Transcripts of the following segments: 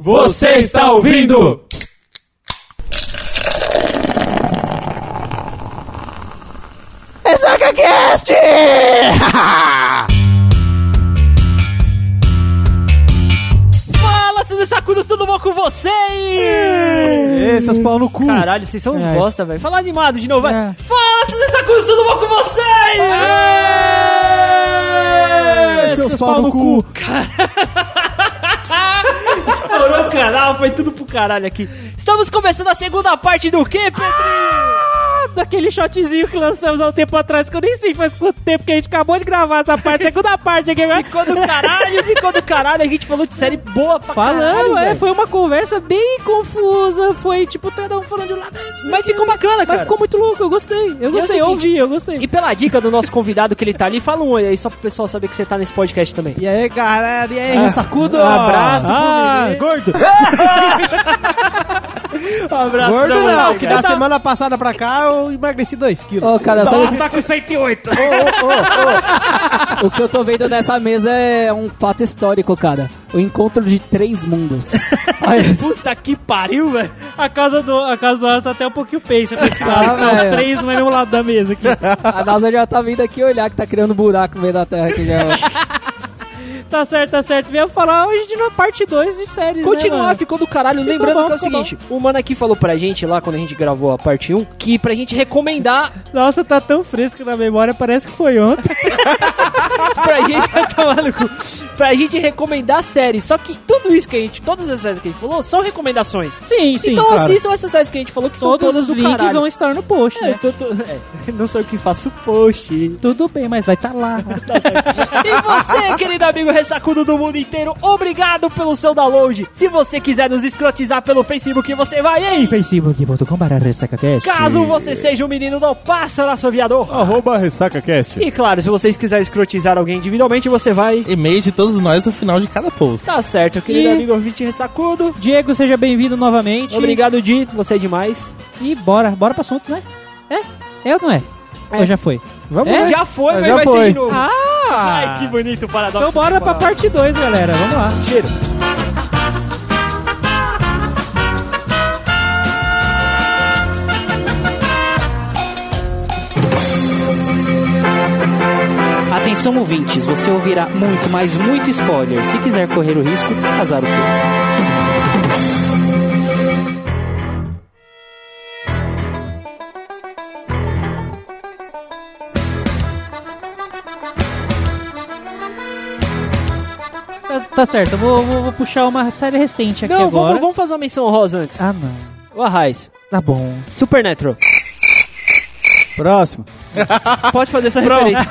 Você está ouvindo? EsagaCast! Fala, seus sacudos, tudo bom com vocês? Ei, seus pau no cu. Caralho, vocês são uns É. bosta, velho. Fala animado de novo, vai. É. Fala, seus sacudos, tudo bom com vocês? Ei, seus pau no cu. Estourou o canal, foi tudo pro caralho aqui. Estamos começando a segunda parte do quê, Pedrinho? Ah, daquele shotzinho que lançamos há um tempo atrás, que eu nem sei faz quanto tempo que a gente acabou de gravar essa parte, é segunda parte aqui né? agora. Ficou do caralho, ficou do caralho. A gente falou de série boa pra caralho. Falando, é, velho. foi uma conversa bem confusa, foi tipo, cada um falando de um lado. Mas ficou bacana, cara. Mas ficou muito louco, eu gostei, eu E é o gostei, eu seguinte- ouvi, eu gostei. E pela dica do nosso convidado que ele tá ali, fala um oi aí, só pro pessoal saber que você tá nesse podcast também. E aí, galera? E aí, sacudo? abraço, Ah, família. gordo. Um abraço Gordo pra você, não, que cara. da semana passada pra cá eu emagreci 2 quilos. Ô, cara, sabe o que- tá com 108. ô, ô, ô, ô. O que eu tô vendo nessa mesa é um fato histórico, cara. O encontro de três mundos. Aí, Puta que pariu, velho. A casa do a casa do Alan tá até um pouquinho pensa com esse Ah, lado, tá os velho. três no mesmo lado da mesa aqui. a NASA já tá vindo aqui olhar que tá criando buraco no meio da Terra. Que já... Tá certo, tá certo, viemos falar hoje é de uma parte 2 de séries, né, Continuar, mano? ficou do caralho. Ficou Lembrando bom, que é o ficou seguinte: o mano aqui falou pra gente lá quando a gente gravou a parte 1 que pra gente recomendar Nossa, tá tão fresco na memória, parece que foi ontem. pra gente tá maluco, pra gente recomendar séries. Só que tudo isso que a gente, todas as séries que a gente falou, são recomendações. Sim, sim. então cara. assistam essas séries que a gente falou que são Todos todas os do links caralho. vão estar no post, É, né? tô- tô- é, não sou eu que faço post. Tudo bem, mas vai tá lá. E você, querido amigo ressacudo do mundo inteiro, obrigado pelo seu download. Se você quiser nos escrotizar pelo Facebook, você vai em facebook.com barra ressacacast Caso você seja um menino do pássaro assoviador. Oh. Arroba RessacaCast. E claro, se vocês quiserem escrotizar alguém individualmente, você vai. e-mail de todos nós no final de cada post. Tá certo, querido E- amigo ouvinte ressacudo. Diego, seja bem-vindo novamente. Obrigado, Di. Você é demais. E bora, bora pro assunto, né? É? É ou não é? É. Ah, Ou já foi? Vamos É? lá. Já foi, Ah, mas já vai ser foi. de novo. Ai, que bonito o paradoxo. Então bora pra parte 2, galera. Vamos lá. Cheiro. Atenção ouvintes, você ouvirá muito, mas muito spoiler. Se quiser correr o risco, azar o teu. Tá, tá certo, eu vou, vou- vou puxar uma série recente aqui Não, agora. vamos, vamos fazer uma menção rosa antes. Ah, não. O Arraiz. Tá bom. Supernatural. Próximo. Pode fazer sua referência.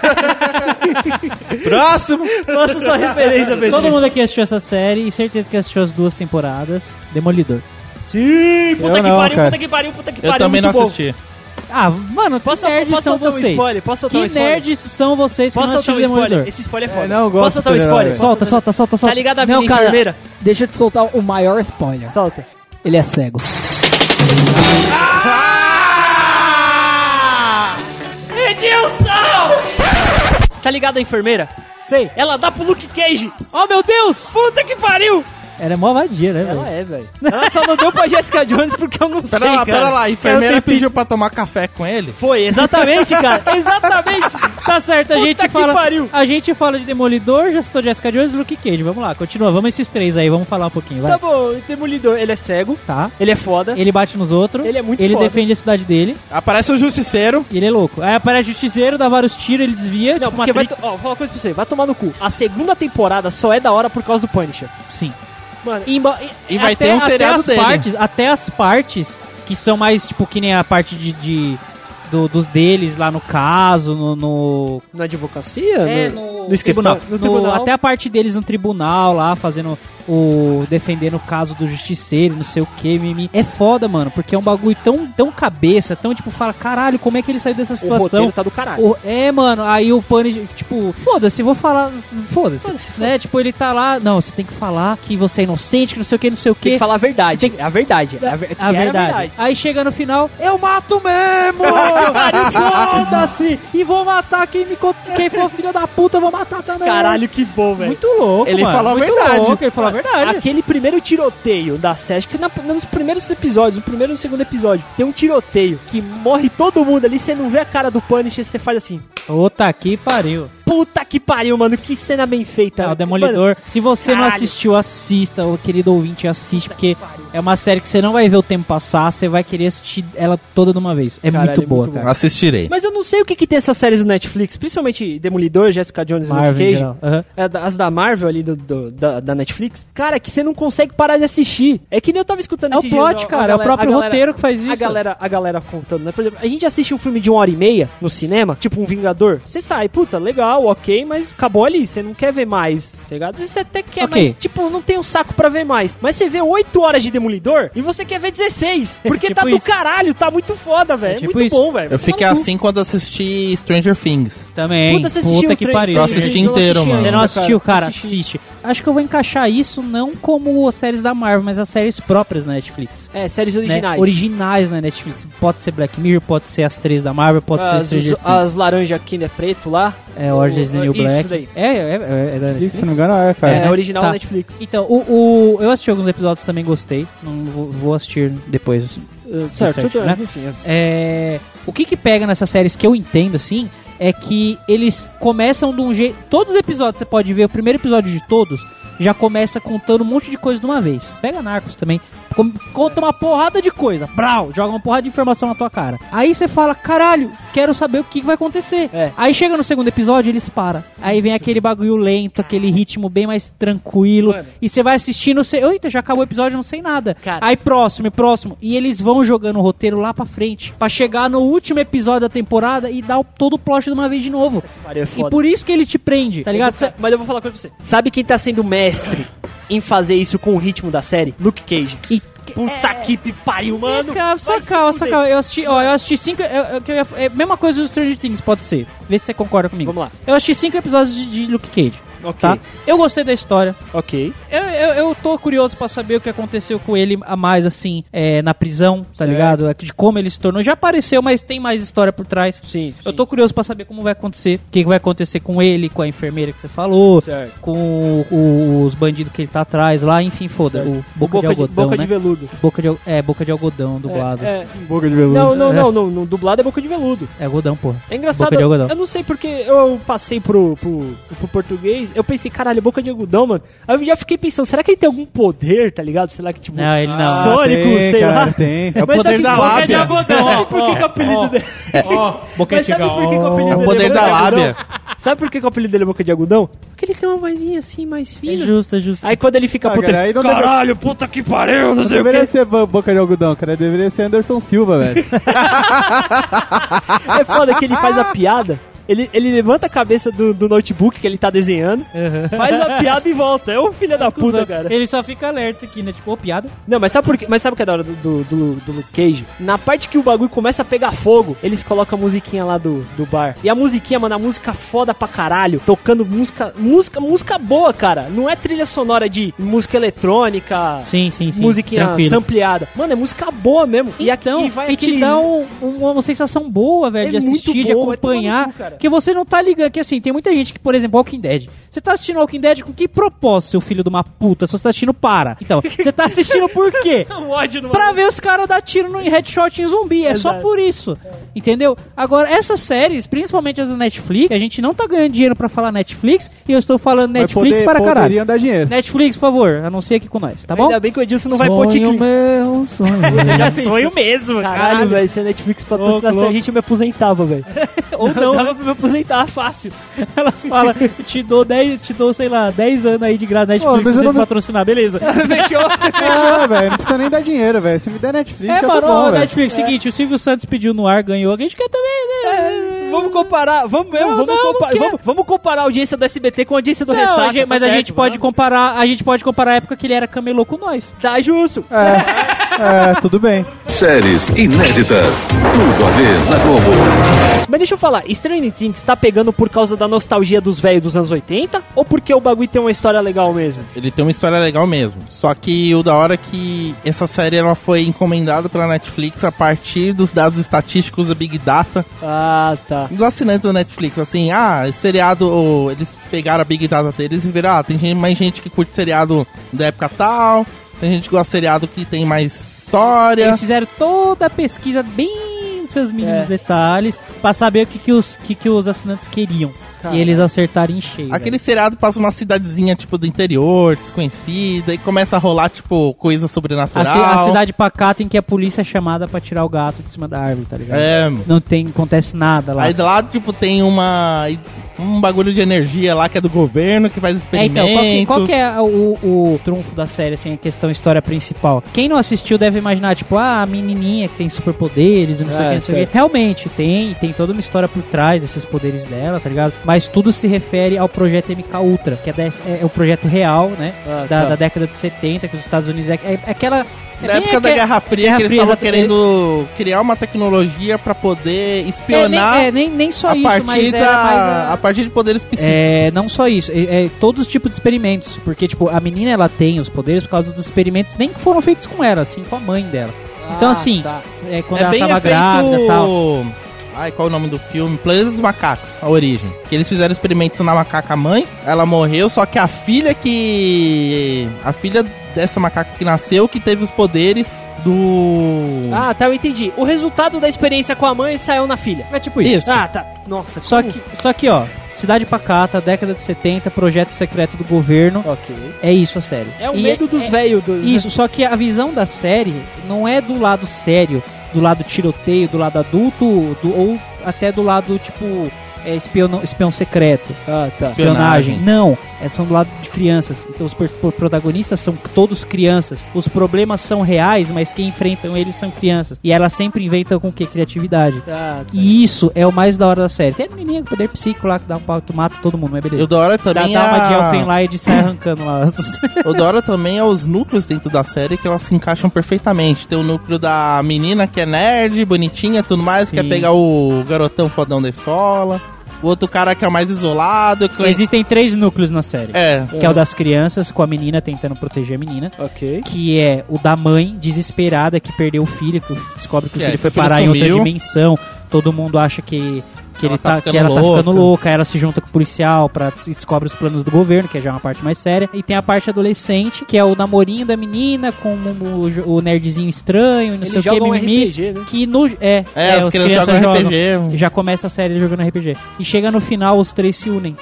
Próximo! Faça sua referência, Pedrinho. Todo mundo aqui assistiu essa série e certeza que assistiu as duas temporadas. Demolidor. Sim, puta Eu que não, pariu, cara. puta que pariu, puta que Eu pariu. também não muito bom. assisti. Ah, mano, que Posso, nerds posso são soltar um vocês? spoiler? Posso soltar um Que spoiler? nerds são vocês que Posso não soltar assistiram um spoiler? Demolidor? Esse spoiler é É, foda. não, eu Posso gosto soltar um de spoiler? super-herói. Solta, solta, solta, solta. Tá ligado a Não, menina cara. enfermeira? Deixa eu te soltar o maior spoiler. Solta. Ele é cego. Edilson! Tá ligado a enfermeira? Sei. Ela dá pro Luke Cage. Oh, meu Deus! Puta que pariu! Ela é mó vadia, né, velho? Ela é, velho. Ela só não deu pra Jessica Jones porque eu não sei, Pera lá, cara. pera lá, a enfermeira Eu tenho pediu pra tomar café com ele? Foi, exatamente, cara. Exatamente. Tá certo, a Puta gente que fala. pariu. A gente fala de Demolidor, já citou Jessica Jones e Luke Cage. Vamos lá, continua. Vamos esses três aí, vamos falar um pouquinho, Tá vai. bom, o Demolidor, ele é cego, Tá. ele é foda, Ele bate nos outros. Ele é muito Ele foda. defende a cidade dele. Aparece o justiceiro. E ele é louco. Aí aparece o justiceiro, dá vários tiros, ele desvia. Não, tipo, porque vai. Matrix. to- Ó, vou falar uma coisa pra você, vai tomar no cu. A segunda temporada só é da hora por causa do Punisher. Sim. Mano, Imba- E vai ter um seriado até as dele. Partes, até as partes que são mais, tipo, que nem a parte de. de- do- dos deles lá no caso, no. no na advocacia? né? é, no... no, escritório, tribunal. no tribunal. até a parte deles no tribunal lá, fazendo o. defendendo o caso do justiceiro, não sei o que, mimi. É foda, mano, porque é um bagulho tão, tão cabeça, tão tipo, fala, caralho, como é que ele saiu dessa O roteiro situação? tá do caralho. O- é, mano, aí o Punisher, tipo, foda-se, vou falar, foda-se, Foda-se, foda-se. né? Tipo, ele tá lá, não, você tem que falar que você é inocente, que não sei o que, não sei o Tem que que. falar a verdade. Tem que- É a verdade. É a, ver- que A era verdade. Aí chega no final, eu mato mesmo! Foda-se! E vou matar quem me con- quem for filho da puta, eu vou matar também! Caralho, que bom, velho. Muito louco, Ele mano. falou a muito verdade. Louco, ele falou a verdade. Aquele primeiro tiroteio da Sérgio, que na- nos primeiros episódios, no primeiro e no segundo episódio, tem um tiroteio que morre todo mundo ali, você não vê a cara do Punisher, você faz assim, Ô, tá aqui, pariu. puta que pariu, mano, que cena bem feita. Tá, o Mano, Demolidor. Se você não caralho. assistiu, assista, o querido ouvinte, assiste, porque é uma série que você não vai ver o tempo passar, você vai querer assistir ela toda de uma vez. É Caralho, é muito boa, muito cara. Assistirei. Mas eu não sei o que, que tem essas séries do Netflix, principalmente Demolidor, Jessica Jones Marvel, e em Luke Cage. geral. Aham. É, da- As da Marvel ali do, do- da, da Netflix, cara, é que você não consegue parar de assistir. É que nem eu tava escutando É o esses dias, plot, ó, a cara, é o galera- próprio a galera- roteiro que faz isso. A galera, a galera contando, né? Por exemplo, a gente assiste um filme de uma hora e meia no cinema, tipo um Vingador, você sai, puta, legal, ok, mas acabou ali, você não quer ver mais, tá ligado? Às vezes Você até quer, Ok. mas, tipo, não tem um saco pra ver mais. Mas você vê 8 horas de Demolidor e você quer ver 16, porque Tipo tá do isso. caralho, tá muito foda, velho. É, tipo muito isso. bom, velho. Eu Tá fiquei maluco. assim quando assisti Stranger Things. Também. Puta, você assistiu Puta o que trailer? pariu. Eu assisti inteiro, assisti mano. Você ainda, não assistiu, cara? Assisti. Assiste. Acho que eu vou encaixar isso não como as séries da Marvel, mas as séries próprias na Netflix. É, séries né? originais. Originais na Netflix. Pode ser Black Mirror, pode ser as três da Marvel, pode as, ser Stranger os- Things. as laranja Kinder Preto lá. É, Origins o- the New isso Black. daí. É, é, é, é da Netflix. Se não me engano, é, cara. É, original tá. da Netflix. Então, o, o- eu assisti alguns episódios também gostei. Não vou, vou assistir depois. assim, Eh, Certo, certo, tudo né? enfim. é. É, o que que pega nessas séries que eu entendo assim é que eles começam de um jeito. Todos os episódios você pode ver, o primeiro episódio de todos já começa contando um monte de coisa de uma vez. Pega Narcos também. com- Conta uma porrada de coisa, brau, joga uma porrada de informação na tua cara. Aí você fala, caralho, quero saber o que que vai acontecer. É. Aí chega no segundo episódio, eles param. Aí vem aquele bagulho lento, aquele ritmo bem mais tranquilo. E você vai assistindo, você. Eita, já acabou o episódio, não sei nada. Cara. Aí próximo, e próximo. E eles vão jogando o roteiro lá pra frente. Pra chegar no último episódio da temporada e dar o- todo o plot de uma vez de novo. Pariu, é E foda. por isso que ele te prende, tá ligado? Eu vou- Mas eu vou falar uma coisa pra você. Sabe quem tá sendo mestre em fazer isso com o ritmo da série? Luke Cage. E- Puta que que pariu, mano. Cara, só Vai se calma, só fuder. calma. Eu assisti, ó, eu assisti cinco. Eu, eu- que eu ia- é a mesma coisa do Stranger Things, pode ser. Vê se você concorda comigo. Vamos lá. Eu assisti cinco episódios de, de Luke Cage, Ok, tá? Eu gostei da história. ok. Eu, eu, eu tô curioso pra saber o que aconteceu com ele a mais, assim, é, na prisão, tá ligado? De como ele se tornou. Já apareceu, mas tem mais história por trás. Sim, Eu tô curioso pra saber como vai acontecer. O que que vai acontecer com ele, com a enfermeira que você falou, Certo. com o- os bandidos que ele tá atrás lá, enfim, foda. Certo. O O boca, de algodão, boca né? de veludo. Boca de, al- é, boca de algodão dublado. É, É, é. Boca de veludo. Não, não, não, não, não. Dublado é boca de veludo. algodão, porra. É engraçado. Boca de algodão. Eu não sei porque eu passei pro, pro, pro português. Eu pensei, caralho, boca de algodão, mano. Aí eu já fiquei pensando, será que ele tem algum poder, tá ligado? Sei lá que tipo. Não, ele não. Ah, Sônico, tem, sei cara, lá. Tem. É o Mas poder sabe da que boca de lábia. algodão, ó, Por que que o apelido dele? Boca Mas de sabe por que, que o algodão. apelido É o dele poder é da Boca de lábia. Algodão? Sabe por que, que o apelido dele é Boca de Algodão? Porque ele tem uma vozinha assim, mais É fina. justo, é justo. aí quando ele fica Ah, puto, cara, aí ele, não deve- caralho, puta que pariu, não sei o que. Deveria ser bo- boca de algodão, cara. Deveria ser Anderson Silva, velho. É foda que ele faz a piada. Ele, ele levanta a cabeça do, do notebook que ele tá desenhando, faz a piada e volta. É um filho da puta, cara. Ele só fica alerta aqui, né? Tipo, ô, piada. Não, mas sabe por quê? Mas sabe o que é da hora do, do, do, do Luke Cage? Na parte que o bagulho começa a pegar fogo, eles colocam a musiquinha lá do, do bar. E a musiquinha, mano, a música foda pra caralho. Tocando música. Música, música boa, cara. Não é trilha sonora de música eletrônica. Sim, sim, sim. Musiquinha Tranquilo. sampleada. Mano, é música boa mesmo. e aqui Então, e, vai aquele... te dá um- um- uma sensação boa, velho, É de assistir, muito de bom, vai tomar no acompanhar. cu, cara. Porque você não tá ligando. Que assim, tem muita gente que, por exemplo, Walking Dead. Você tá assistindo Walking Dead com que propósito, seu filho de uma puta? Se você tá assistindo, para. Então, você tá assistindo por quê? um ódio no Pra ver os caras dar tiro no em headshot em zumbi. É só Exato. por isso. Entendeu? Agora, essas séries, principalmente as da Netflix, a gente não tá ganhando dinheiro pra falar Netflix e eu estou falando Mas Netflix poder- para caralho. Poderiam dar dinheiro. Netflix, por favor, anuncia aqui com nós, tá bom? Ainda bem que o Edilson não vai pôr ticlin. meu sonho. Já sonho mesmo, caralho, velho. Se a Netflix patrocinasse a gente, eu me aposentava, velho. Ou não, Dava pra me aposentar fácil. Elas falam, te dou 10, te dou, sei lá, 10 anos aí de graça Ô, Netflix mas pra eu você não- patrocinar, beleza. Fechou. Ah, velho, não precisa nem dar dinheiro, velho. Se me der Netflix, É, eu mano, tô bom, ô, velho. Netflix, seguinte, o Silvio Santos pediu no ar, ganhou, a gente quer também, né? É, Vamos comparar, vamos mesmo, Não, vamos, não, compa- não quero. vamos, vamos comparar a audiência do SBT com a audiência do Não, Ressaca. a gente- tá mas a certo, gente pode vamos. comparar, a gente pode comparar a época que ele era camelô com nós. Tá justo. É. É, tudo bem. Séries inéditas. Tudo a ver na Globo. Mas deixa eu falar, Stranger Things tá pegando por causa da nostalgia dos velhos dos anos 80? Ou porque o bagulho tem uma história legal mesmo? Ele tem uma história legal mesmo. Só que o da hora é que essa série ela foi encomendada pela Netflix a partir dos dados estatísticos da Big Data Ah, tá. dos assinantes da Netflix. Assim, ah, esse seriado, ou eles pegaram a Big Data deles e viram, ah, tem gente- mais gente que curte seriado da época tal, tem gente que gosta de seriado que tem mais história. Eles fizeram toda a pesquisa bem nos seus mínimos É. detalhes pra saber o que, que, os, que, que os assinantes queriam. E eles acertaram em cheio. Aquele seriado passa uma cidadezinha, tipo, do interior, desconhecida, e começa a rolar, tipo, coisa sobrenatural. velho. a, ci- a cidade pacata em que a polícia é chamada pra tirar o gato de cima da árvore, tá ligado? É. Não tem, acontece nada lá. Aí do lado, tipo, tem uma. um bagulho de energia lá que é do governo que faz É, experimentos. então, qual que, qual que é o, o trunfo da série, assim, a questão história principal? Quem não assistiu deve imaginar, tipo, ah, a menininha que tem superpoderes, não sei o É, Ah, que, não sei o que. Realmente, tem, tem toda uma história por trás desses poderes dela, tá ligado? Mas tudo se refere ao projeto MK Ultra, que é, des- é- é o projeto real, né? Ah, da, tá. da década de 70, que os Estados Unidos... É, é- é aquela... É Na bem época da aquela- Guerra Fria, Guerra que eles Fria, estavam exato. querendo criar uma tecnologia pra poder É, nem, espionar é, nem, nem só a isso, partir mas da. era mais a- a... partir de poderes psíquicos. É, não só isso, é, é todos os tipos de experimentos, porque tipo, a menina ela tem os poderes por causa dos experimentos nem que foram feitos com ela, assim, com a mãe dela. Ah. Então, assim, tá. é, quando É ela bem tava efeito... grávida e tal. Ai, qual é o nome do filme? Planeta dos Macacos, a origem. Que eles fizeram experimentos na macaca mãe, ela morreu, só que a filha que. A filha dessa macaca que nasceu, que teve os poderes do. Ah, tá, eu entendi. O resultado da experiência com a mãe saiu na filha. É tipo isso. Isso. Ah, tá. Nossa, Uh. Só como- que, só que, ó, Cidade Pacata, década de 70, projeto secreto do governo. Ok. É isso a série. É o E medo dos é- velhos. Do... Isso, só que a visão da série não é do lado sério, do lado tiroteio, do lado adulto, do- ou até do lado, tipo, é, espiono- espião secreto. Ah, tá. espionagem. Espionagem. Não, é, são do lado de crianças. Então os per- pro- protagonistas são todos crianças. Os problemas são reais, mas quem enfrentam eles são crianças. E elas sempre inventam com o que? Criatividade. Ah, tá. E isso é o mais da hora da série. Tem a menininha com poder psíquico lá que dá um pau, tu mata todo mundo, mas beleza. Eu da hora Dá, também. é dá uma de a... Elfen lá e de sai arrancando lá. O da hora também é os núcleos dentro da série que elas se encaixam perfeitamente. Tem o núcleo da menina que é nerd, bonitinha, tudo mais, Sim. quer pegar o garotão fodão da escola. O outro cara que é mais isolado. Que Existem três núcleos na série. É. Que é o das crianças, com a menina tentando proteger a menina. Ok. que é o da mãe desesperada que perdeu o filho, que descobre que, Que o é, filho foi que o filho parar em outra sumiu. dimensão. Todo mundo acha que, que, Ela ele tá tá, ficando que ela tá louca. ficando louca, aí ela se junta com o policial pra, e descobre os planos do governo, que é já uma parte mais séria. E tem a parte adolescente, que é o namorinho da menina com o, o jo- o nerdzinho estranho, e não sei Eles o que, jogam um mimimi. RPG, né? Que no. É, É, as os crianças jogam RPG. Já começa a série jogando RPG. E chega no final, os três se unem.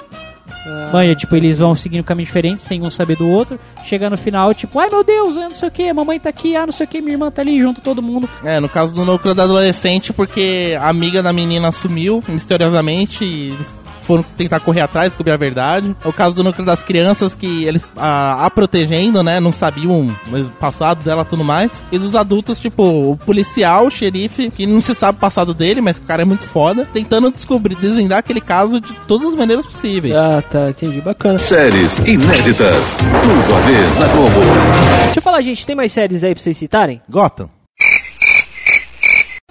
Manja, tipo, eles vão seguindo um caminho diferente, sem um saber do outro. Chega no final, tipo, ai meu Deus, eu não sei o que, mamãe tá aqui, ah, não sei o que, minha irmã tá ali, junto todo mundo. É, no caso do núcleo da adolescente, porque a amiga da menina sumiu misteriosamente e eles foram tentar correr atrás, descobrir a verdade. É O caso do núcleo das crianças, que eles a, a protegendo, né, não sabiam o passado dela tudo mais. E dos adultos, tipo, o policial, o xerife, que não se sabe o passado dele, mas o cara é muito foda, tentando descobrir, desvendar aquele caso de todas as maneiras possíveis. Ah, tá, entendi. Bacana. Séries inéditas. Tudo a ver na Globo. Deixa eu falar, gente, tem mais séries aí pra vocês citarem? Gotham.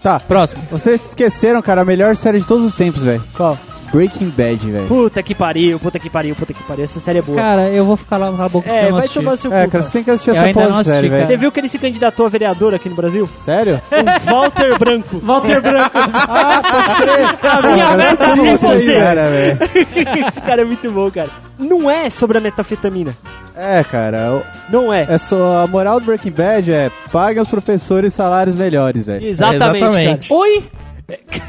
Tá. Próximo. Vocês esqueceram, cara, a melhor série de todos os tempos, velho. Qual? Breaking Bad, velho. Puta que pariu, puta que pariu, puta que pariu. Essa série é boa. Cara, eu vou ficar lá na boca é, não vai assistir. tomar seu É, cu. cara, cara. você tem que assistir Eu essa ainda não porra de assisti, série, cara. velho. Você viu que ele se candidatou a vereador aqui no Brasil? Sério? O Walter Branco. Walter Branco. ah, pode crer. A minha tá meta Como é isso aí, você. cara, velho. Esse cara é muito bom, cara. Não é sobre a metafetamina. É, cara, o- Não é. é só, a moral do Breaking Bad é paguem os professores salários melhores, velho. Exatamente, É, exatamente. cara. Oi?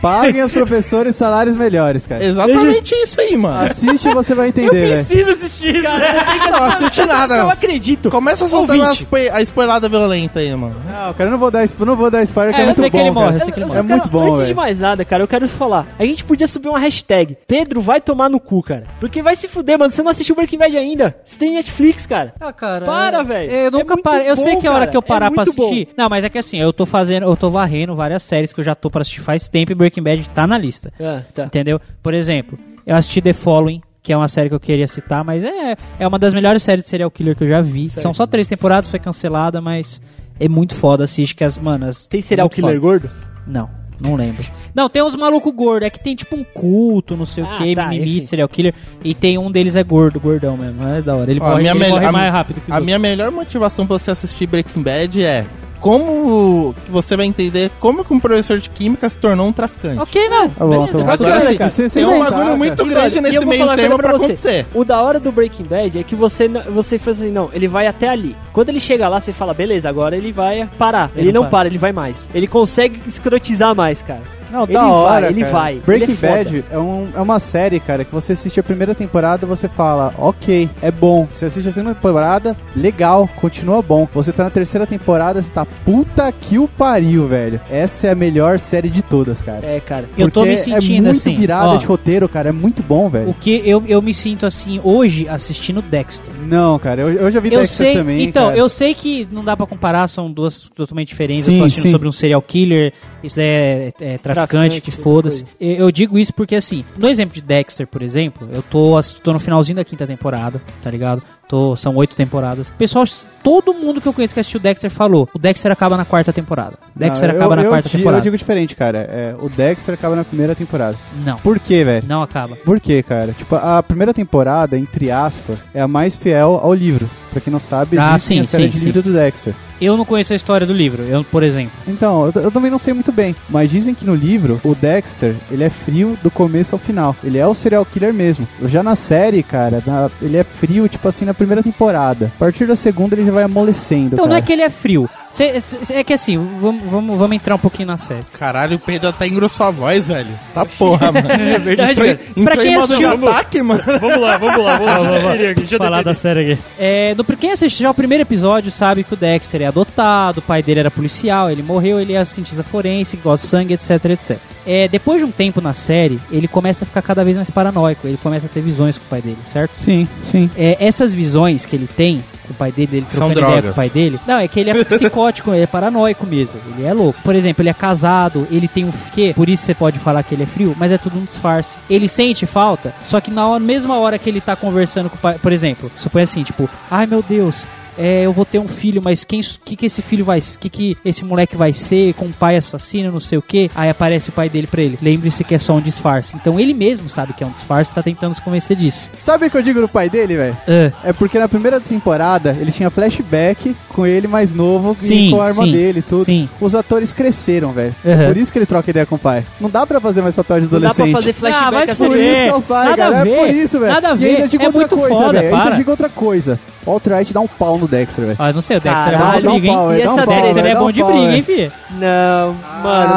Paguem os professores salários melhores, cara. Assim Exatamente isso aí, mano. Assiste e você vai entender, velho. Preciso assistir, cara. Não assiste nada. Não acredito. Começa soltando a, Ouvinte. spo a spoilada violenta aí, mano. Não, cara, eu não vou dar, spo- não vou dar spoiler, que é, É, eu muito sei que bom, ele cara. morre, eu sei que ele É morre. Cara, muito bom, Antes de velho. mais nada, cara, eu quero falar. A gente podia subir uma hashtag. Pedro vai tomar no cu, cara. Porque vai se fuder, mano. Você não assistiu Breaking Bad ainda. Você tem Netflix, cara. Ah, cara, Para, eu- velho. Eu É nunca muito parei. Eu bom, sei que a hora cara. que eu É parar pra muito bom. assistir. Não, mas é que assim, eu tô fazendo, eu tô varrendo várias séries que eu já tô pra assistir faz tempo e Breaking Bad tá na lista. Ah, tá. Entendeu? Por exemplo, eu assisti The Following, que é uma série que eu queria citar, mas é, é uma das melhores séries de serial killer que eu já vi. São só três temporadas, foi cancelada, mas É muito foda, assiste que as manas. Tem serial muito killer foda. gordo? Não, não lembro. Não, tem uns maluco gordo, é que tem tipo um culto, não sei Ah, o que, tá, mimimi, enfim. de serial killer, e tem um deles é gordo, gordão mesmo, é da hora. Ele Ó, a morre, minha ele mel- morre a mi- mais rápido que os A outros. minha melhor motivação pra você assistir Breaking Bad é como que você vai entender como que um professor de química se tornou um traficante. Então, Ok, velho. Tá bom, tá bom. Agora Bacana, sim, cara. Isso é tem um inventar, bagulho cara. muito E grande olha, e eu nesse vou meio falar uma termo coisa pra pra você. acontecer. O da hora do Breaking Bad é que você n- você fala assim, não, ele vai até ali. Quando ele chega lá, você fala, beleza, agora ele vai parar. Ele, não, para. ele vai mais. Ele consegue escrotizar mais, cara. Não, Ele da vai, hora, ele cara. vai. Breaking Ele é foda. Bad é, um- é uma série, cara, que você assiste a primeira temporada, você fala, ok, é bom. Você assiste a segunda temporada, legal, continua bom. Você tá na terceira temporada, você tá puta que o pariu, velho. Essa é a melhor série de todas, cara. É, cara. Eu tô me Porque é sentindo muito assim. virada ó, de roteiro, cara. É muito bom, o velho. que eu, eu me sinto assim hoje assistindo Dexter. Não, cara, eu, eu já vi eu Dexter sei, também. então, cara. eu sei que não dá pra comparar, são duas totalmente diferentes. eu Sim, tô assistindo sim. sobre um serial killer, isso é, é traficante, Traficante, que outra foda-se. Eu eu digo isso porque, assim, no exemplo de Dexter, por exemplo, eu tô, assisti- tô no finalzinho da quinta temporada, tá ligado? Tô, são oito temporadas. Pessoal, todo mundo que eu conheço que assistiu Dexter falou: o Dexter acaba na quarta temporada. Dexter Não, acaba eu- na eu quarta di- temporada. Eu digo diferente, cara. É, o Dexter acaba na primeira temporada. Não, Por quê, velho? não acaba. Por quê, cara? Tipo, a primeira temporada, entre aspas, é a mais fiel ao livro. Pra quem não sabe, Ah, existe sim, a série sim, de sim. livro do Dexter. Eu não conheço a história do livro, eu, por exemplo. Então, eu, t- eu também não sei muito bem, mas dizem que no livro, o Dexter, ele é frio do começo ao final. Ele é o serial killer mesmo. Já na série, cara, na- ele é frio, tipo assim, na primeira temporada. A partir da segunda, ele já vai amolecendo, Então cara. não é que ele é frio. Cê- cê- é que assim, vamos vamos- vamos entrar um pouquinho na série. Caralho, o Pedro até engrossou a voz, velho. Tá porra, mano. É verdade, velho. Pra quem de assistiu- ataque, mano. Vamos lá, vamos lá, vamos lá. falar da série aqui. É, no, quem assistiu ao primeiro episódio sabe que o Dexter é adotado, o pai dele era policial, ele morreu, ele é cientista forense, gosta de sangue, etc, etc. É, depois de um tempo na série, ele começa a ficar cada vez mais paranoico, ele começa a ter visões com o pai dele, certo? Sim, sim. É, essas visões que ele tem com o pai dele, ele São trocando ideia com drogas. o pai dele. Não, é que ele é psicótico, ele é paranoico mesmo. Ele é louco. Por exemplo, ele é casado, ele tem um quê? Por isso você pode falar que ele é frio, mas é tudo um disfarce. Ele sente falta, só que na hora- mesma hora que ele tá conversando com o pai, por exemplo, supõe assim, tipo, ai meu Deus. é, eu vou ter um filho, mas quem que, que esse filho vai, que que esse moleque vai ser com um pai assassino, não sei o que. Aí aparece o pai dele pra ele. Lembre-se que é só um disfarce. Então ele mesmo sabe que é um disfarce, tá tentando se convencer disso. Sabe o que eu digo do pai dele, velho? Ah. É porque na primeira temporada ele tinha flashback com ele mais novo Sim, e com a arma sim, dele e tudo. sim. Os atores cresceram, velho. Uhum. É por isso que ele troca ideia com o pai. Não dá pra fazer mais papel de Não dá adolescente. pra fazer Ah, flashback mas assim. foi- Por É, isso que eu falo, nada cara. a ver, É por isso, velho. nada a E ver, ainda digo é outra muito coisa, foda, velho. Ainda para. digo outra coisa. O Alt-Right dá um pau no Dexter, velho. Ah, não sei, o Dexter é bom de Caralho, briga, hein? e essa velho, Dexter Dexter dá é um bom de pau, briga, velho. hein, fi? Não, mano,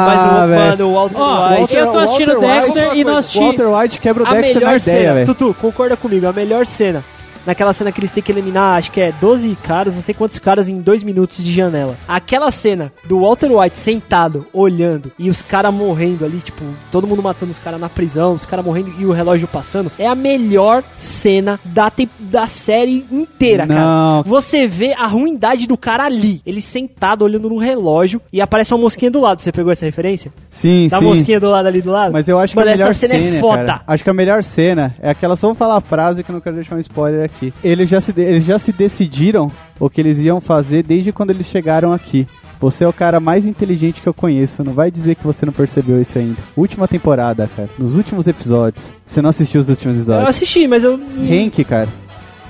mas Ah, o, velho. mano, o Walter Ó, White... é um eu tô assistindo Walter Dexter White- é e nós assisti- Walter White quebra o A Dexter na melhor ideia, cena, velho. Tutu, concorda comigo, a melhor cena. Naquela cena que eles têm que eliminar, acho que é 12 caras, não sei quantos caras em dois minutos de janela. Aquela cena do Walter White sentado, olhando, e os caras morrendo ali, tipo, todo mundo matando os caras na prisão, os caras morrendo e o relógio passando, é a melhor cena da, tem- da série inteira, Não. cara. Você vê a ruindade do cara ali, ele sentado, olhando no relógio, e aparece uma mosquinha do lado. Você pegou essa referência? Sim, Da sim. mosquinha do lado ali do lado? Mas eu acho que Mano, a melhor essa cena, é foda. cara. Acho que a melhor cena é aquela. Só vou falar a frase que eu não quero deixar um spoiler aqui. Eles já se, de- eles já se decidiram o que eles iam fazer desde quando eles chegaram aqui. Você é o cara mais inteligente que eu conheço. Não vai dizer que você não percebeu isso ainda. Última temporada, cara. Nos últimos episódios. Você não assistiu os últimos Eu episódios. assisti, mas eu. Hank, cara.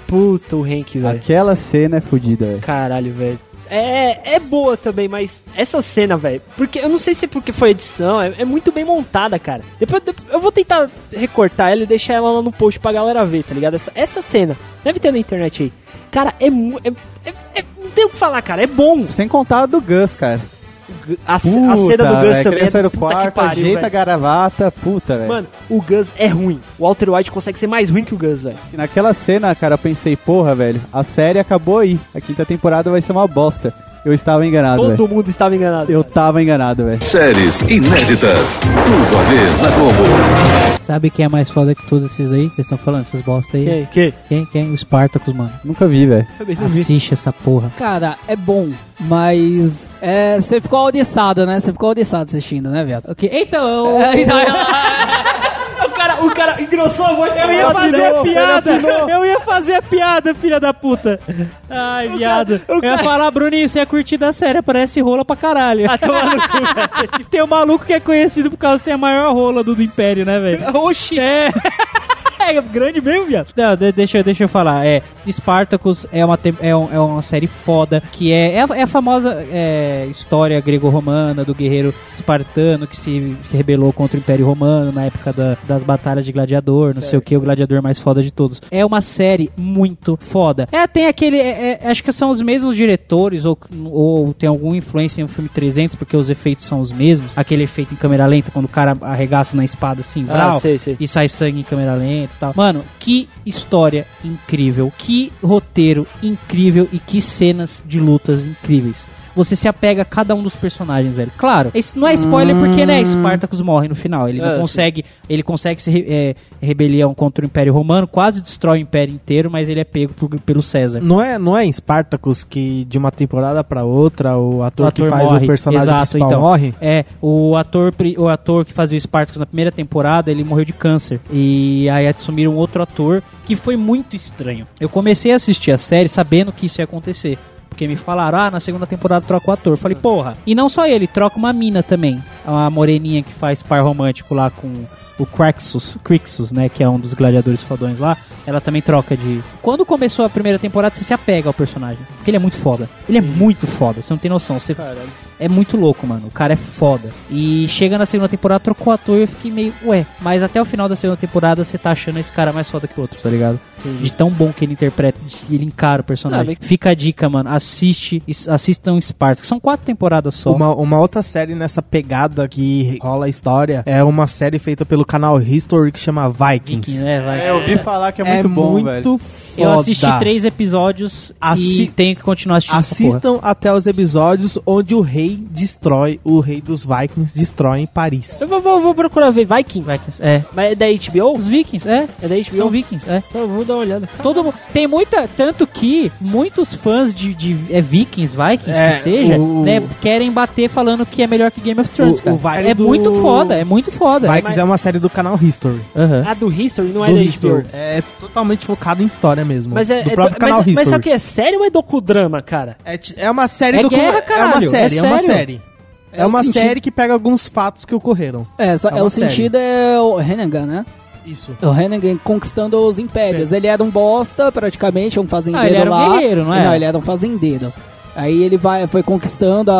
Puta, o Hank, velho. Aquela cena é fodida, velho. Caralho, velho. É, é boa também, mas essa cena, velho. Porque eu não sei se é porque foi edição, é, é muito bem montada, cara. Depois, depois- eu vou tentar recortar ela e deixar ela lá no post pra galera ver, tá ligado? Essa, essa cena. Deve ter na internet aí. Cara, é, mu- é, é- é- Não tem o que falar, cara. É bom. Sem contar a do Gus, cara. A, a Puta, cena do Gus velho, também. criança É, do puta quarto, que pariu, ajeita a velho. garavata. Puta, velho. Mano, o Gus é ruim. O Walter White consegue ser mais ruim que o Gus, velho. Naquela cena, cara, eu pensei, porra, velho, a série acabou aí. A quinta temporada vai ser uma bosta. Eu estava enganado, velho. Todo mundo estava enganado. Eu tava enganado, velho. Séries inéditas. Tudo a ver na Globo. Sabe quem é mais foda que todos esses aí? Vocês estão falando, essas bosta aí? Quem? Quem? Quem? Quem? O Spartacus, mano. Nunca vi, velho. tá Também não vi. Assiste essa porra. Cara, é bom, mas é, você ficou audiçado, né? Você ficou audiçado assistindo, né, viado? Ok, então... É, então- O cara, o cara engrossou a voz. Eu ia fazer a piada! Eu ia fazer a piada, filha da puta! Ai, viado. Eu ia falar, Bruninho, você é curtida séria, parece rola pra caralho. Tem um maluco que é conhecido por causa de ter a maior rola do, do Império, né, velho? Oxi! É. É grande mesmo, viado. Não, de- deixa, eu- deixa eu falar. É, Spartacus é uma, tem- é, um- é uma série foda, que é, é, a, é a famosa é, história grego-romana do guerreiro espartano que se rebelou contra o Império Romano na época da- das batalhas de gladiador, não sei o que, o gladiador mais foda de todos. É uma série muito foda. É, tem aquele... é- é- acho que são os mesmos diretores, ou, ou tem alguma influência no filme 300, porque os efeitos são os mesmos. Aquele efeito em câmera lenta, quando o cara arregaça na espada assim, Ah, brau, sei, sei. e sai sangue em câmera lenta e tal. Mano, que história incrível, que roteiro incrível e que cenas de lutas incríveis. Você se apega a cada um dos personagens, velho. Claro, isso não é spoiler porque, Hum. né, Spartacus morre no final. Ele É, não sim. consegue, ele consegue se re- é, rebelião contra o Império Romano, quase destrói o Império inteiro, mas ele é pego por- pelo César. Não é, não é em Spartacus que de uma temporada pra outra o ator, O ator que faz morre. o personagem Exato, principal então. morre? É, o ator, pri- o ator que fazia o Spartacus na primeira temporada, ele morreu de câncer. E aí assumiram outro ator, que foi muito estranho. Eu comecei a assistir a série sabendo que isso ia acontecer. Porque me falaram, ah, na segunda temporada troca o ator. Eu Falei, porra. E não só ele, troca uma mina também. A moreninha que faz par romântico lá com o Craxus, Crixus, né? Que é um dos gladiadores fodões lá. Ela também troca de. Quando começou a primeira temporada, você se apega ao personagem. Porque ele é muito foda. Ele é muito foda, você não tem noção. Você é muito louco, mano. O cara é foda. E chega na segunda temporada, trocou o ator e eu fiquei meio, ué. Mas até o final da segunda temporada, você tá achando esse cara mais foda que o outro, tá ligado? De tão bom que ele interpreta, de- ele encara o personagem. Fica a dica, mano. Assiste, is- assistam Spartacus. São quatro temporadas só. Uma, uma outra série nessa pegada que rola a história é uma série feita pelo canal History que chama Vikings. né, vai. É, eu ouvi falar que é muito bom, velho. muito foda. Eu assisti três episódios e Assi- tenho que continuar assistindo. essa porra. Assistam até os episódios onde o rei destrói, o rei dos Vikings destrói em Paris. Eu vou, vou- vou procurar ver. Vikings. Vikings, é. Mas é da HBO? Os Vikings, é. É da São HBO? Vikings, é. Então eu vou dar uma olhada. Todo mundo. Tem muita. Tanto que muitos fãs de, de é, Vikings, Vikings, É, que seja, o- né, querem bater falando que é melhor que Game of Thrones, O- cara. o Vikings é do- muito foda, é muito foda. Vikings é uma série do canal History. Aham. A do History não é Do da History. HBO. É totalmente focado em história mesmo. Mas é, do é próprio do- canal mas, History. mas sabe o que é sério ou é docudrama, cara? É, ti- é uma série É do guerra, é uma caralho, série, é é, uma sério. série. É, É o uma sentido- série que pega alguns fatos que ocorreram. É, só- É é, uma o série. sentido é o Renegan, né? Isso. O Renegan conquistando os impérios. Ele era um bosta, praticamente, um fazendeiro Ah, ele era um lá. guerreiro, não era? Não, ele era um fazendeiro. Aí ele vai, foi conquistando é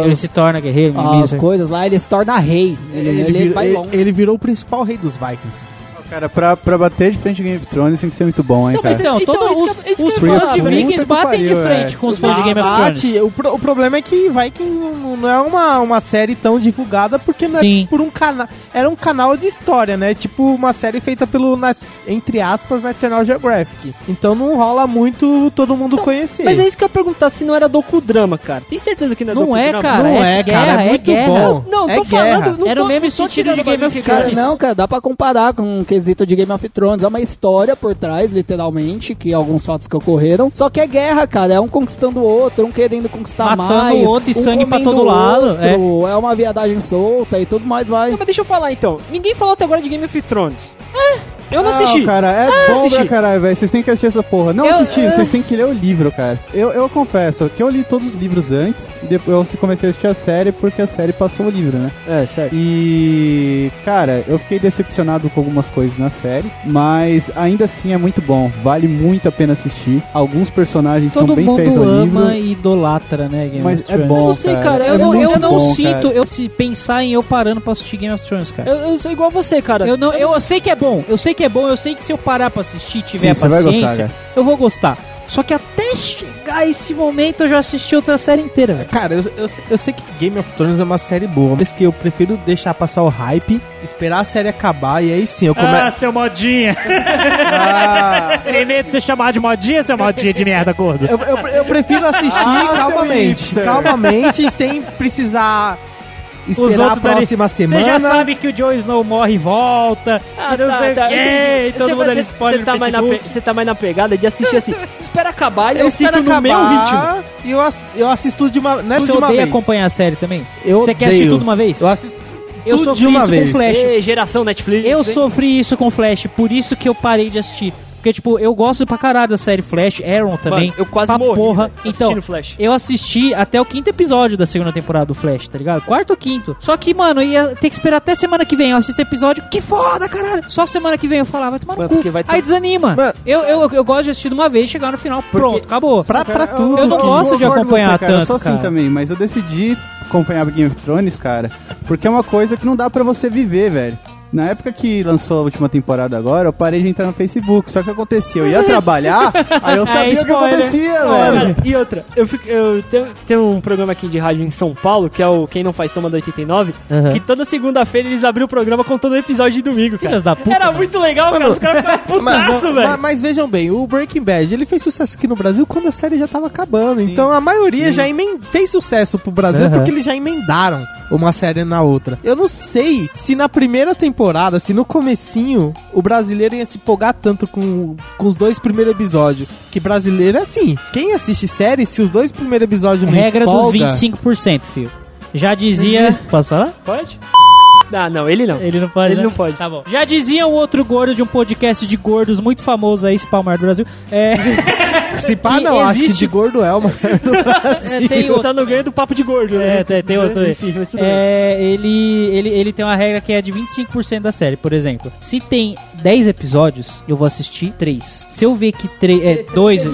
as, Ele se torna guerreiro, as inimigo. né? coisas né, lá, ele se torna rei. Ele, Ele, ele vir- vai ele- longe. ele virou o principal rei dos Vikings. Cara, pra, pra bater de frente com Game of Thrones tem que ser muito bom, hein, Não, cara. mas então, Então, todos isso os, que eu- isso que os eu ia fãs de falar. Vikings Puta que batem de pariu, frente é. com os fãs de Game of Thrones. Ah, Bate, o, pro- o problema é que Viking não, não é uma, uma série tão divulgada porque não Sim. é por um canal. Era um canal de história, né? Tipo uma série feita pelo, na- entre aspas, National Geographic. Então não rola muito todo mundo Então, conhecer. Mas é isso que eu ia perguntar se não era docudrama, cara. Tem certeza que não é Não é, docudrama? cara. não é é, guerra, cara, é é muito guerra. bom. Não, é tô guerra. falando. Não Era tô, o mesmo tô sentido de tirando Game bagulho of de Cara, Thrones. não, cara, dá pra comparar com o quesito de Game of Thrones. É uma história por trás, literalmente, que alguns fatos que ocorreram. Só que é guerra, cara. É um conquistando o outro, um querendo conquistar Matando mais. o outro e um sangue pra comendo todo o lado, outro. É. uma viadagem solta e tudo mais vai. Não, mas deixa eu falar então. Ninguém falou até agora de Game of Thrones. É, eu não assisti. cara, é bom assisti. pra caralho, velho. Vocês têm que assistir essa porra. Não assistir, vocês têm que ler o livro, cara. Eu, eu confesso que eu li todos os livros antes e depois eu comecei a assistir a série porque a série passou o livro, né? É, sério. E, cara, eu fiquei decepcionado com algumas coisas na série, mas ainda assim é muito bom. Vale muito a pena assistir. Alguns personagens Todo estão bem feitos mundo ao ama livro. e idolatra, né, Game Mas of é Thrones. bom, Eu não sei, cara, Eu, É eu- eu muito não bom, sinto, cara. eu se pensar em eu parando pra assistir Game of Thrones, cara. Eu, eu sou igual a você, cara. Eu, não, eu, eu sei que é bom, eu sei que é bom, eu sei que se eu parar pra assistir e tiver Sim, você vai paciência, gostar, cara. eu vou gostar. Só que até chegar esse momento eu já assisti outra série inteira, velho. Cara, eu, eu, sei- eu sei que Game of Thrones é uma série boa, mas que eu prefiro deixar passar o hype, esperar a série acabar e aí sim eu começo. seu modinha. Tem medo de ser chamado de modinha, seu modinha de merda, gordo? Eu, eu, eu prefiro assistir Ah, seu calmamente. hipster. Calmamente, sem precisar esperar a outros dali- próxima semana. que o Joe Snow morre e volta. Ah, não sei o quê, entendi. e todo mundo vai- ali spoiler Você tá, no mais na Facebook. pe- você tá mais na pegada de assistir assim. espera acabar e eu, Eu assisto espero no acabar meu ritmo. E eu, ass- eu assisto de uma. Não é Você de uma odeia vez. acompanhar a série também? Eu Você quer assistir odeio. tudo de uma vez? Eu assisto Eu Tudo sofri de uma isso vez. com Flash. Ei, geração Netflix. Eu hein? sofri isso com Flash, por isso que eu parei de assistir. Porque, tipo, eu gosto pra caralho da série Flash, Arrow também. Mano, eu quase pra morri. Porra. velho, Então, assistindo Flash. eu assisti até o quinto episódio da segunda temporada do Flash, tá ligado? Quarto ou quinto. Só que, mano, eu ia ter que esperar até semana que vem. Eu assisto episódio, que foda, caralho. Só semana que vem eu falava, vai tomar Mano, no porque cu. vai ter- um- Aí desanima. Mano. eu, eu, eu gosto de assistir de uma vez, chegar no final, pronto, acabou. Pra, pra Cara, tudo. eu não cara. gosto de concordo com acompanhar você, cara. Eu tanto, sou assim cara. também, mas eu decidi acompanhar Game of Thrones, cara, porque é uma coisa que não dá pra você viver, velho. Na época que lançou a última temporada agora, eu parei de entrar no Facebook. Só que acontecia, eu ia trabalhar, aí eu sabia Aí, o que spoiler. acontecia, velho. Cara, é, e outra, eu, fico, eu tenho, tenho um programa aqui de rádio em São Paulo, que é o Quem Não Faz Toma da 89, Aham. que toda segunda-feira eles abriam o programa contando o episódio de domingo, cara. Filhas da puta. Era muito legal, cara. Os caras ficavam Mas, putaço, mas, velho. mas vejam bem, o Breaking Bad ele fez sucesso aqui no Brasil quando a série já tava acabando. Sim, então a maioria já emen- fez sucesso pro Brasil Aham. porque eles já emendaram uma série na outra. Eu não sei se na primeira temporada, se no comecinho, o brasileiro ia se empolgar tanto com, com os dois primeiros episódios. Que brasileiro é assim. Quem assiste série, se os dois primeiros episódios não Regra dos empolga, 25%, filho. Já dizia. Posso falar? Pode? Ah, não, ele não. Ele não pode. Ele né? não pode. Tá bom. Já dizia o outro gordo de um podcast de gordos muito famoso aí, esse Palmar do Brasil. É, Se pá, que não, acho que existe- de gordo é uma. é, tem Ele outro. só não ganha do papo de gordo, né? É, tem, tem outro aí. Enfim, mas tudo bem. É, ele, ele, ele tem uma regra que é de 25% da série, por exemplo. Se tem 10 episódios, eu vou assistir 3. Se eu ver que 3. É, 2.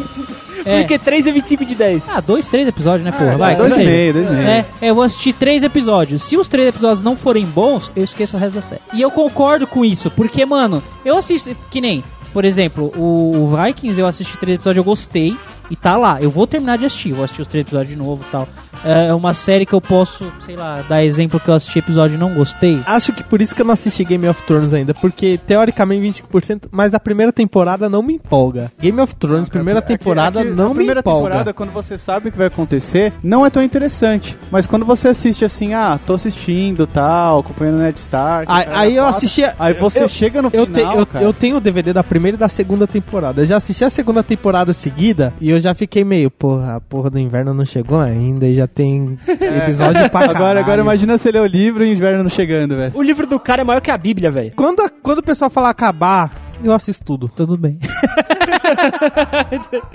É, Porque 3 é 25 de 10. Ah, dois, três episódios, né, porra? Vai, Ah, é, dois que e seja. meio, dois e meio. É, eu vou assistir três episódios. Se os três episódios não forem bons, eu esqueço o resto da série. E eu concordo com isso, porque, mano, eu assisto. Que nem, por exemplo, o o Vikings, eu assisti três episódios, eu gostei. E tá lá, eu vou terminar de assistir, vou assistir os três episódios de novo e tal. É uma série que eu posso, sei lá, dar exemplo que eu assisti episódio e não gostei. Acho que por isso que eu não assisti Game of Thrones ainda, porque teoricamente 25%, mas a primeira temporada não me empolga. Game of Thrones, primeira Aqui- temporada, aqui, não é a me primeira empolga. temporada, quando você sabe o que vai acontecer, não é tão interessante. Mas quando você assiste assim, ah, tô assistindo, tal, acompanhando o Ned Stark... Aí, cara, aí eu quatro, assisti. a- Aí você eu- chega no eu, te- final, eu- cara. eu tenho o DVD da primeira e da segunda temporada. Eu já assisti a segunda temporada seguida e eu já fiquei meio, porra, a porra do inverno não chegou ainda e já tem episódio pra É. Agora, agora caralho. imagina se ler o livro e o inverno não chegando, velho. O livro do cara é maior que a Bíblia, velho. Quando, a- quando o pessoal falar acabar, eu assisto tudo. Tudo bem.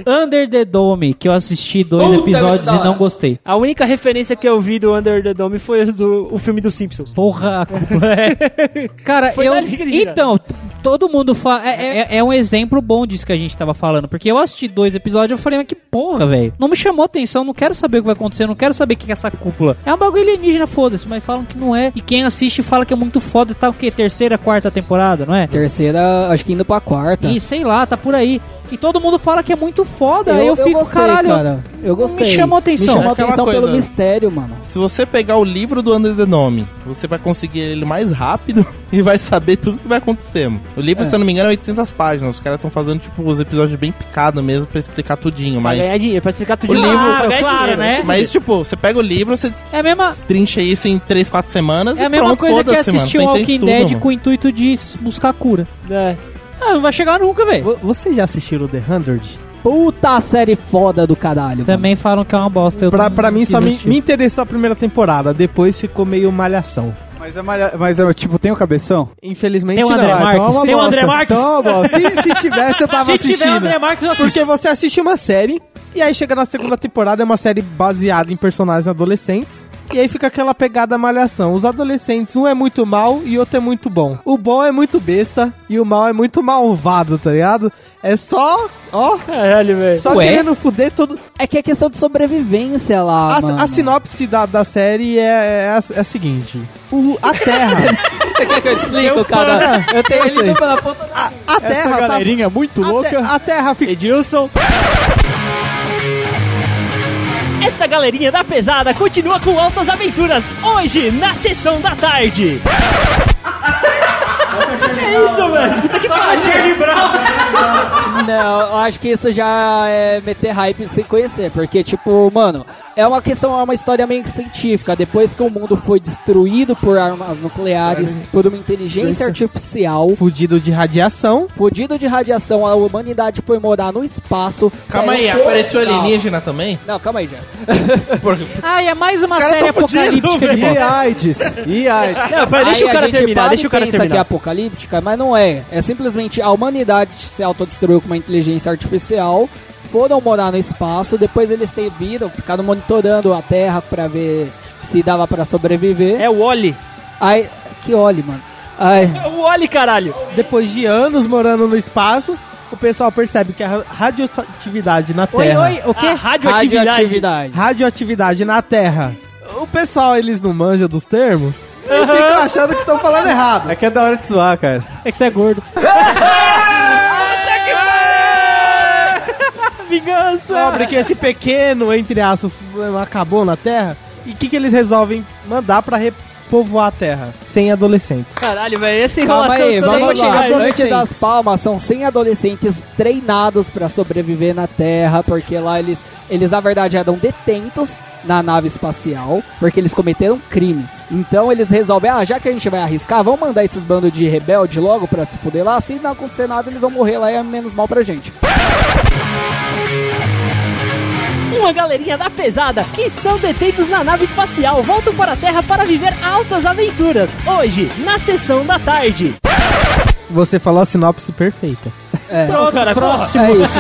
Under the Dome, que eu assisti dois episódios e não gostei. A única referência que eu vi do Under the Dome foi do, o filme dos Simpsons. Porra, a culpa é. Cara, Foi eu. dali que eles viraram. Então, t- todo mundo fala. É, é- é um exemplo bom disso que a gente tava falando. Porque eu assisti dois episódios e eu falei, mas que porra, velho. Não me chamou atenção, não quero saber o que vai acontecer, não quero saber o que é essa cúpula. É um bagulho alienígena, foda-se, mas falam que não é. E quem assiste fala que é muito foda e tá o quê? Terceira, quarta temporada, não é? Terceira, acho que indo pra quarta. E sei lá, tá por aí. E todo mundo fala que é muito foda. Eu, aí eu eu fico, gostei, caralho. cara. Eu gostei. chamou atenção. Me chamou É aquela atenção pelo coisa. mistério, mano. Se você pegar o livro do Under the Nome, você vai conseguir ele mais rápido e vai saber tudo que vai acontecer. mano. O livro, É. se eu não me engano, é 800 páginas. Os caras estão fazendo, tipo, os episódios bem picados mesmo pra explicar tudinho, Pra mas... ganhar dinheiro, pra explicar tudo O de novo. livro- pra ganhar Claro, dinheiro, né? Mas, tipo, você pega o livro, você É a mesma. destrincha isso em 3, 4 semanas É e a mesma pronto, coisa que foda-se, mano. assistir o Você Walking entende tudo, Dead mano. com o intuito de s- buscar cura. É. Ah, não vai chegar nunca, velho. Vo- Vocês já assistiram The 100? Puta série foda do caralho. mano. Também falam que é uma bosta. eu Pra, não- pra não mim, quis só me, assistir. me interessou a primeira temporada, depois ficou meio malhação. Mas é, malha... Mas é tipo, tem o cabeção? Infelizmente Tem o não. André Ah, Marques, então é uma tem o bosta. André Marques. Então é uma bosta. Se, se tivesse, eu tava Se tiver assistindo. André Marques, eu assisto. Porque você assiste uma série, e aí chega na segunda temporada, é uma série baseada em personagens adolescentes, e aí fica aquela pegada malhação. Os adolescentes, um é muito mal e outro é muito bom. O bom é muito besta e o mal é muito malvado, tá ligado? É só, ó, Caralho, velho. só Ué? querendo fuder todo. É que é questão de sobrevivência lá. Ah, A, mano. a sinopse da, da série é, é a, é a seguinte: O- a Terra. Você quer que eu explique, cara? Eu tenho ele indo pela ponta da. A Terra tá- muito a te- A Terra fica. Edilson. Essa galerinha da pesada continua com altas aventuras hoje na sessão da tarde. é isso, velho. Puta que pariu. Charlie Brown. Não, eu acho que isso já é meter hype sem conhecer. Porque, tipo, mano, É uma questão, é uma história meio que científica. Depois que o mundo foi destruído por armas nucleares, por uma inteligência artificial, Fudido de radiação. fudido de radiação, a humanidade foi morar no espaço. Calma aí, saiu- apareceu alienígena também? Não, calma aí, já. Por- Ah, e é mais uma Os caras série tão fudidos, apocalíptica velho. de E bosta. AIDS? E AIDS? Não, pera, deixa Aí o cara a gente terminar, para deixa e o cara pensa que é terminar. apocalíptica, mas não é. É simplesmente a humanidade se autodestruiu com uma inteligência artificial, foram morar no espaço, depois eles te- viram, ficaram monitorando a Terra pra ver se dava pra sobreviver. É o Oli. Aí, que olhe, mano. Aí, É o Oli, caralho. Depois de anos morando no espaço, o pessoal percebe que a ra- radioatividade na Oi, Terra. oi, o quê? A radioatividade. É. radioatividade. Radioatividade na Terra. O pessoal, eles não manjam dos termos. E ficam achando que estão falando errado. É que é da hora de zoar, cara. É que você é gordo. Vingança. Sobre que esse pequeno, entre aspas, acabou na Terra. E o que, que eles resolvem mandar pra repovoar a Terra? Sem adolescentes. Caralho, velho, essa enrolação Calma aí, só vai vamos chegar lá. aí, vai. Adolescente das Palmas são 100 adolescentes treinados pra sobreviver na Terra, porque lá eles, eles na verdade eram detentos na nave espacial, porque eles cometeram crimes. Então eles resolvem, ah, já que a gente vai arriscar, vamos mandar esses bandos de rebelde logo pra se fuder lá, se não acontecer nada eles vão morrer lá e é menos mal pra gente. Uma galerinha da pesada que são detentos na nave espacial voltam para a Terra para viver altas aventuras. Hoje, na sessão da tarde. Você falou a sinopse perfeita. É, Pronto, cara, próximo. é isso.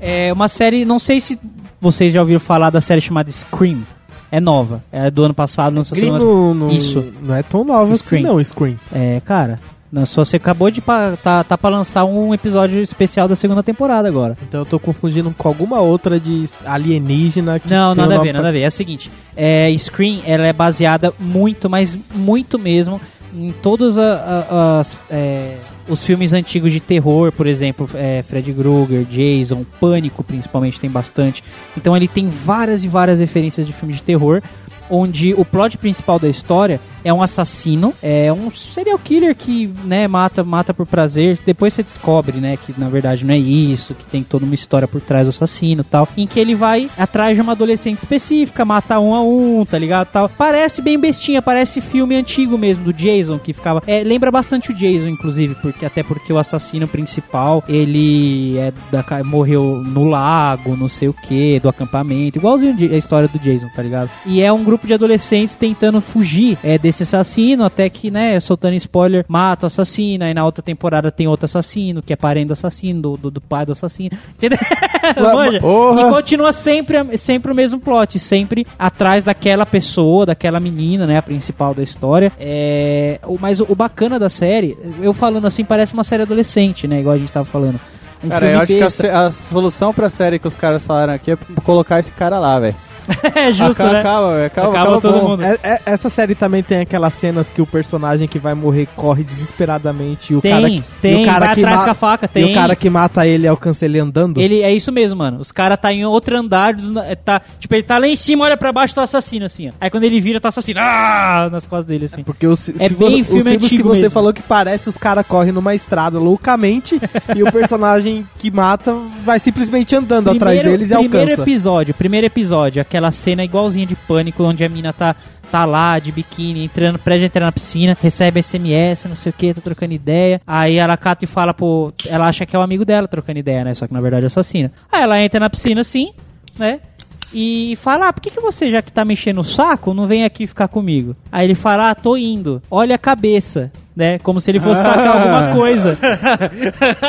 É uma série, não sei se vocês já ouviram falar da série chamada Scream. É nova, é do ano passado, não sei se Scream não, ano... não- Isso. não é tão nova Scream. assim, não, Scream. É, cara, não, só você acabou de pa- tá, tá pra lançar um episódio especial da segunda temporada agora. Então eu tô confundindo com alguma outra de alienígena. Que Não, tem o nada a nome ver, pra- nada a ver. É o seguinte, é, Scream, ela é baseada muito, mas muito mesmo, em todos a- a- as, é, os filmes antigos de terror, por exemplo, é, Fred Krueger, Jason, Pânico, principalmente, tem bastante. Então ele tem várias e várias referências de filmes de terror, onde o plot principal da história é um assassino, é um serial killer que, né, mata, mata por prazer. Depois você descobre, né, que na verdade não é isso, que tem toda uma história por trás do assassino, e tal, em que ele vai atrás de uma adolescente específica, mata um a um, tá ligado? Tal. Parece bem bestinha, parece filme antigo mesmo do Jason que ficava, é, lembra bastante o Jason inclusive, porque até porque o assassino principal, ele é da ca- morreu no lago, não sei o que, do acampamento, igualzinho de- a história do Jason, tá ligado? E é um grupo de adolescentes tentando fugir é, desse assassino, até que, né, soltando spoiler, mata o assassino, aí na outra temporada tem outro assassino, que é parente do assassino, do, do, do pai do assassino, entendeu? Ou seja, Porra! e continua sempre, a- sempre o mesmo plot, sempre atrás daquela pessoa, daquela menina, né? A principal da história. É, o, mas o, o bacana da série, eu falando assim, parece uma série adolescente, né? Igual a gente tava falando. Um Cara, eu acho que a, besta. se- a solução pra série que os caras falaram aqui é colocar esse cara lá, velho. é justo, acaba, né? acaba, velho, acaba, Acaba acaba todo bom. mundo. É- é- essa série também tem aquelas cenas que o personagem que vai morrer corre desesperadamente e o Tem, cara que- tem, e o cara vai que atrás ma- com a faca, e tem. o cara que mata ele é o cancele andando. Ele é isso mesmo, mano. Os caras tá em outro andar, do- é, tá, tipo, ele tá lá em cima, olha pra baixo, tá o assassino assim, ó. Aí quando ele vira, tá o assassino, ah, nas costas dele assim. Porque os, É se bem vo- filme os filmes que antigo você mesmo. falou que parece os caras correm numa estrada loucamente e o personagem que mata vai simplesmente andando atrás deles e primeiro alcança. episódio, primeiro episódio, aquela cena igualzinha de pânico, onde a mina tá, tá lá de biquíni, entrando, prédio entrar na piscina, recebe SMS, não sei o que, tá trocando ideia. Aí ela cata e fala, pô, ela acha que é o amigo dela trocando ideia, né? Só que na verdade é assassina. Aí ela entra na piscina assim, né? E fala, ah, por que, que você, já que tá mexendo o saco, não vem aqui ficar comigo? Aí ele fala, ah, tô indo, olha a cabeça, né? Como se ele fosse tacar alguma coisa.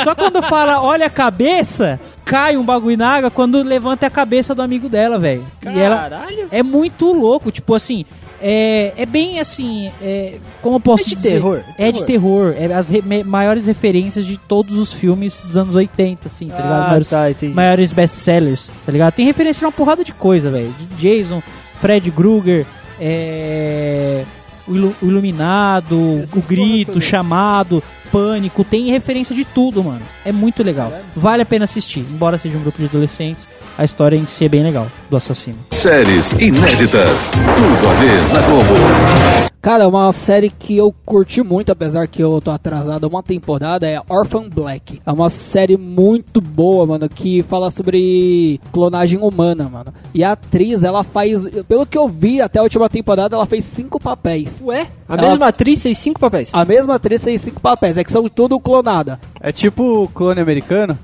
Só quando fala olha a cabeça, cai um bagulho na água quando levanta a cabeça do amigo dela, velho. E ela Caralho. é muito louco, tipo assim. É, é bem assim, é, como eu posso É de dizer? terror, É de terror. É as re- me- maiores referências de todos os filmes dos anos 80, assim, tá ligado? Maiores- tá, entendi. maiores best-sellers, tá ligado? Tem referência pra uma porrada de coisa, velho. De Jason, Fred Krueger, é... o, Ilu- o Iluminado, o Grito, o Chamado. Pânico, tem referência de tudo, mano. É muito legal. Vale a pena assistir. Embora seja um grupo de adolescentes, a história em si é bem legal do assassino. Séries inéditas. Tudo a ver na Globo. Cara, é uma série que eu curti muito, apesar que eu tô atrasado uma temporada, é Orphan Black. É uma série muito boa, mano, que fala sobre clonagem humana, mano. E a atriz, ela faz, pelo que eu vi até a última temporada, ela fez cinco papéis. Ué? A Ela- mesma atriz fez cinco papéis. A mesma atriz fez cinco papéis, é que são tudo clonada. É tipo o clone americano?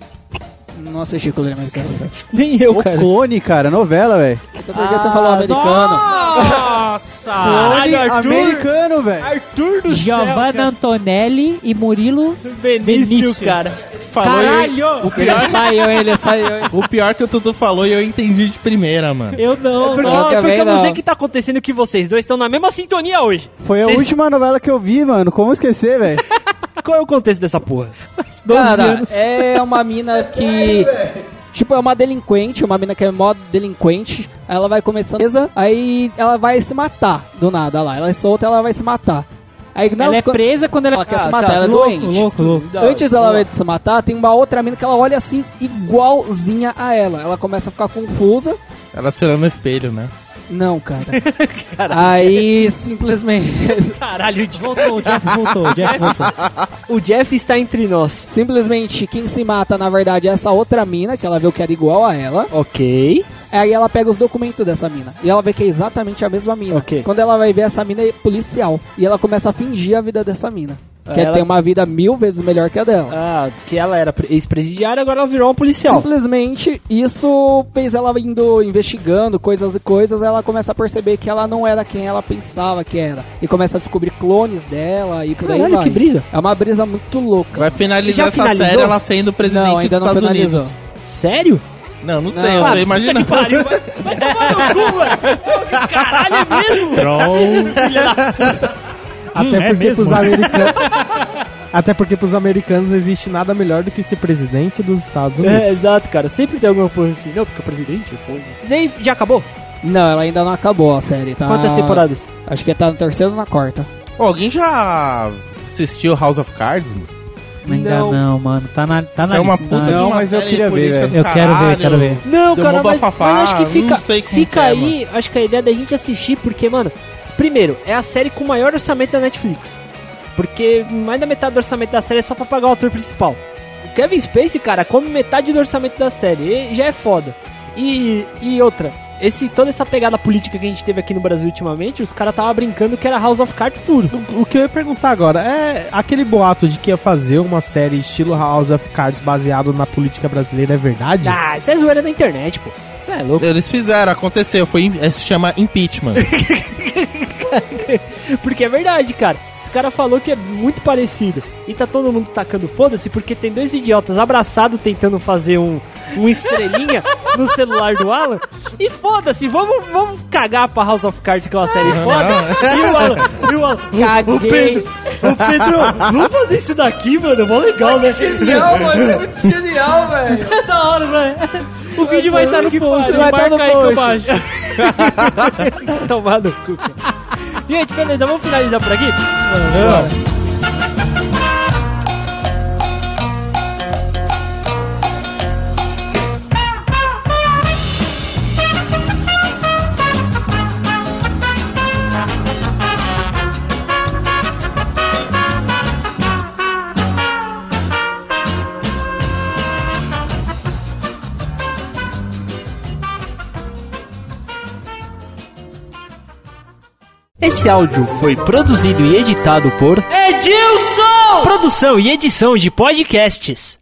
Não assisti clone americano, velho. Nem eu, O clone, cara, novela, velho. Então por que você falou americano? Nossa! Ah, Clone Caralho, Arthur, americano, velho. Arthur do Giovanna Antonelli e Murilo céu, Benício, Benício. cara. Falou e eu- Caralho! o pior, Ele saiu, ele saiu. o pior que o Tutu falou e eu entendi de primeira, mano. Eu não. É Porque, Eu ó, também porque eu não não. sei o que tá acontecendo que vocês dois estão na mesma sintonia hoje. Foi a Cês- última novela que eu vi, mano. Como esquecer, velho? Qual é o contexto dessa porra? Mas 12 Cara, anos. é uma mina que. Tipo, é uma delinquente, uma mina que é mó delinquente. Ela vai começando. Aí ela vai se matar do nada lá. Ela é solta, ela vai se matar. Aí não, ela é quan- presa quando ela, Ela quer se Ah, matar, ela é louco, doente. Louco, louco. Antes dela vai se matar, tem uma outra mina que ela olha assim, igualzinha a ela. Ela começa a ficar confusa. Ela se olhando no espelho, né? Não, cara. Aí simplesmente. Caralho, o Jeff- Voltou, o Jeff voltou, o Jeff voltou. o Jeff está entre nós. Simplesmente quem se mata, na verdade, é essa outra mina, que ela viu que era igual a ela. Ok. Aí ela pega os documentos dessa mina. E ela vê que é exatamente a mesma mina. Ok. Quando ela vai ver essa mina é policial. E ela começa a fingir a vida dessa mina. Que Ela- tem uma vida mil vezes melhor que a dela. Ah, que ela era pre- ex-presidiária, agora ela virou uma policial. Simplesmente isso fez ela indo investigando coisas e coisas. Ela começa a perceber que ela não era quem ela pensava que era. E começa a descobrir clones dela e por aí Caralho, vai. que brisa. É uma brisa muito louca. Vai finalizar Já essa finalizou? série ela sendo presidente Não, ainda dos não Estados finalizou. Unidos. Sério? Não, não sei, eu Ah, tô puta imaginando. que pariu, vai, vai tomar no cu, mano. Caralho, é mesmo? Filha da- Até porque pros americanos. Até porque pros americanos não existe nada melhor do que ser presidente dos Estados É, Unidos. exato, cara. Sempre tem alguma porra assim. Não, porque o presidente é foda. Nem, já acabou? Não, ela ainda não acabou a série, tá? Quantas temporadas? Acho que tá no terceiro ou na quarta. Ô, alguém já assistiu House of Cards? mano? Ainda Não. não. mano. Tá na, tá na É uma lista. puta de não, uma mas eu série queria ver, política velho. do Eu quero ver, caralho. quero ver. Não, Deu cara, mó mas, bafafá, mas acho que não fica, sei como que fica é, aí, acho que a ideia da gente é assistir, porque, mano, primeiro, é a série com o maior orçamento da Netflix. Porque mais da metade do orçamento da série é só pra pagar o ator principal. O Kevin Spacey, cara, come metade do orçamento da série, e já é foda. E, e outra, esse, toda essa pegada política que a gente teve aqui no Brasil ultimamente, os caras tava brincando que era House of Cards puro. O que eu ia perguntar agora é aquele boato de que ia fazer uma série estilo House of Cards baseado na política brasileira é verdade? Ah, isso é zoeira da internet, pô. Isso é louco. Eles fizeram, aconteceu, foi, im- é, se chama impeachment. Porque é verdade, cara. Os cara falou que é muito parecido. E tá todo mundo tacando foda-se porque tem dois idiotas abraçados tentando fazer um, um estrelinha no celular do Alan. E foda-se, vamos, vamos cagar pra House of Cards que é uma série foda. E o Alan, e o Alan, o, o Pedro, o Pedro, vamos fazer isso daqui, mano, mó legal, né? Genial, mano, isso é muito genial, velho. É da hora, velho. O vídeo vai estar no post. Vai tá no Marca aí que eu post. baixo. Tomar no cu, cara. Gente, beleza, vamos finalizar por aqui? Não. Esse áudio foi produzido e editado por Edilson! Produção e edição de podcasts.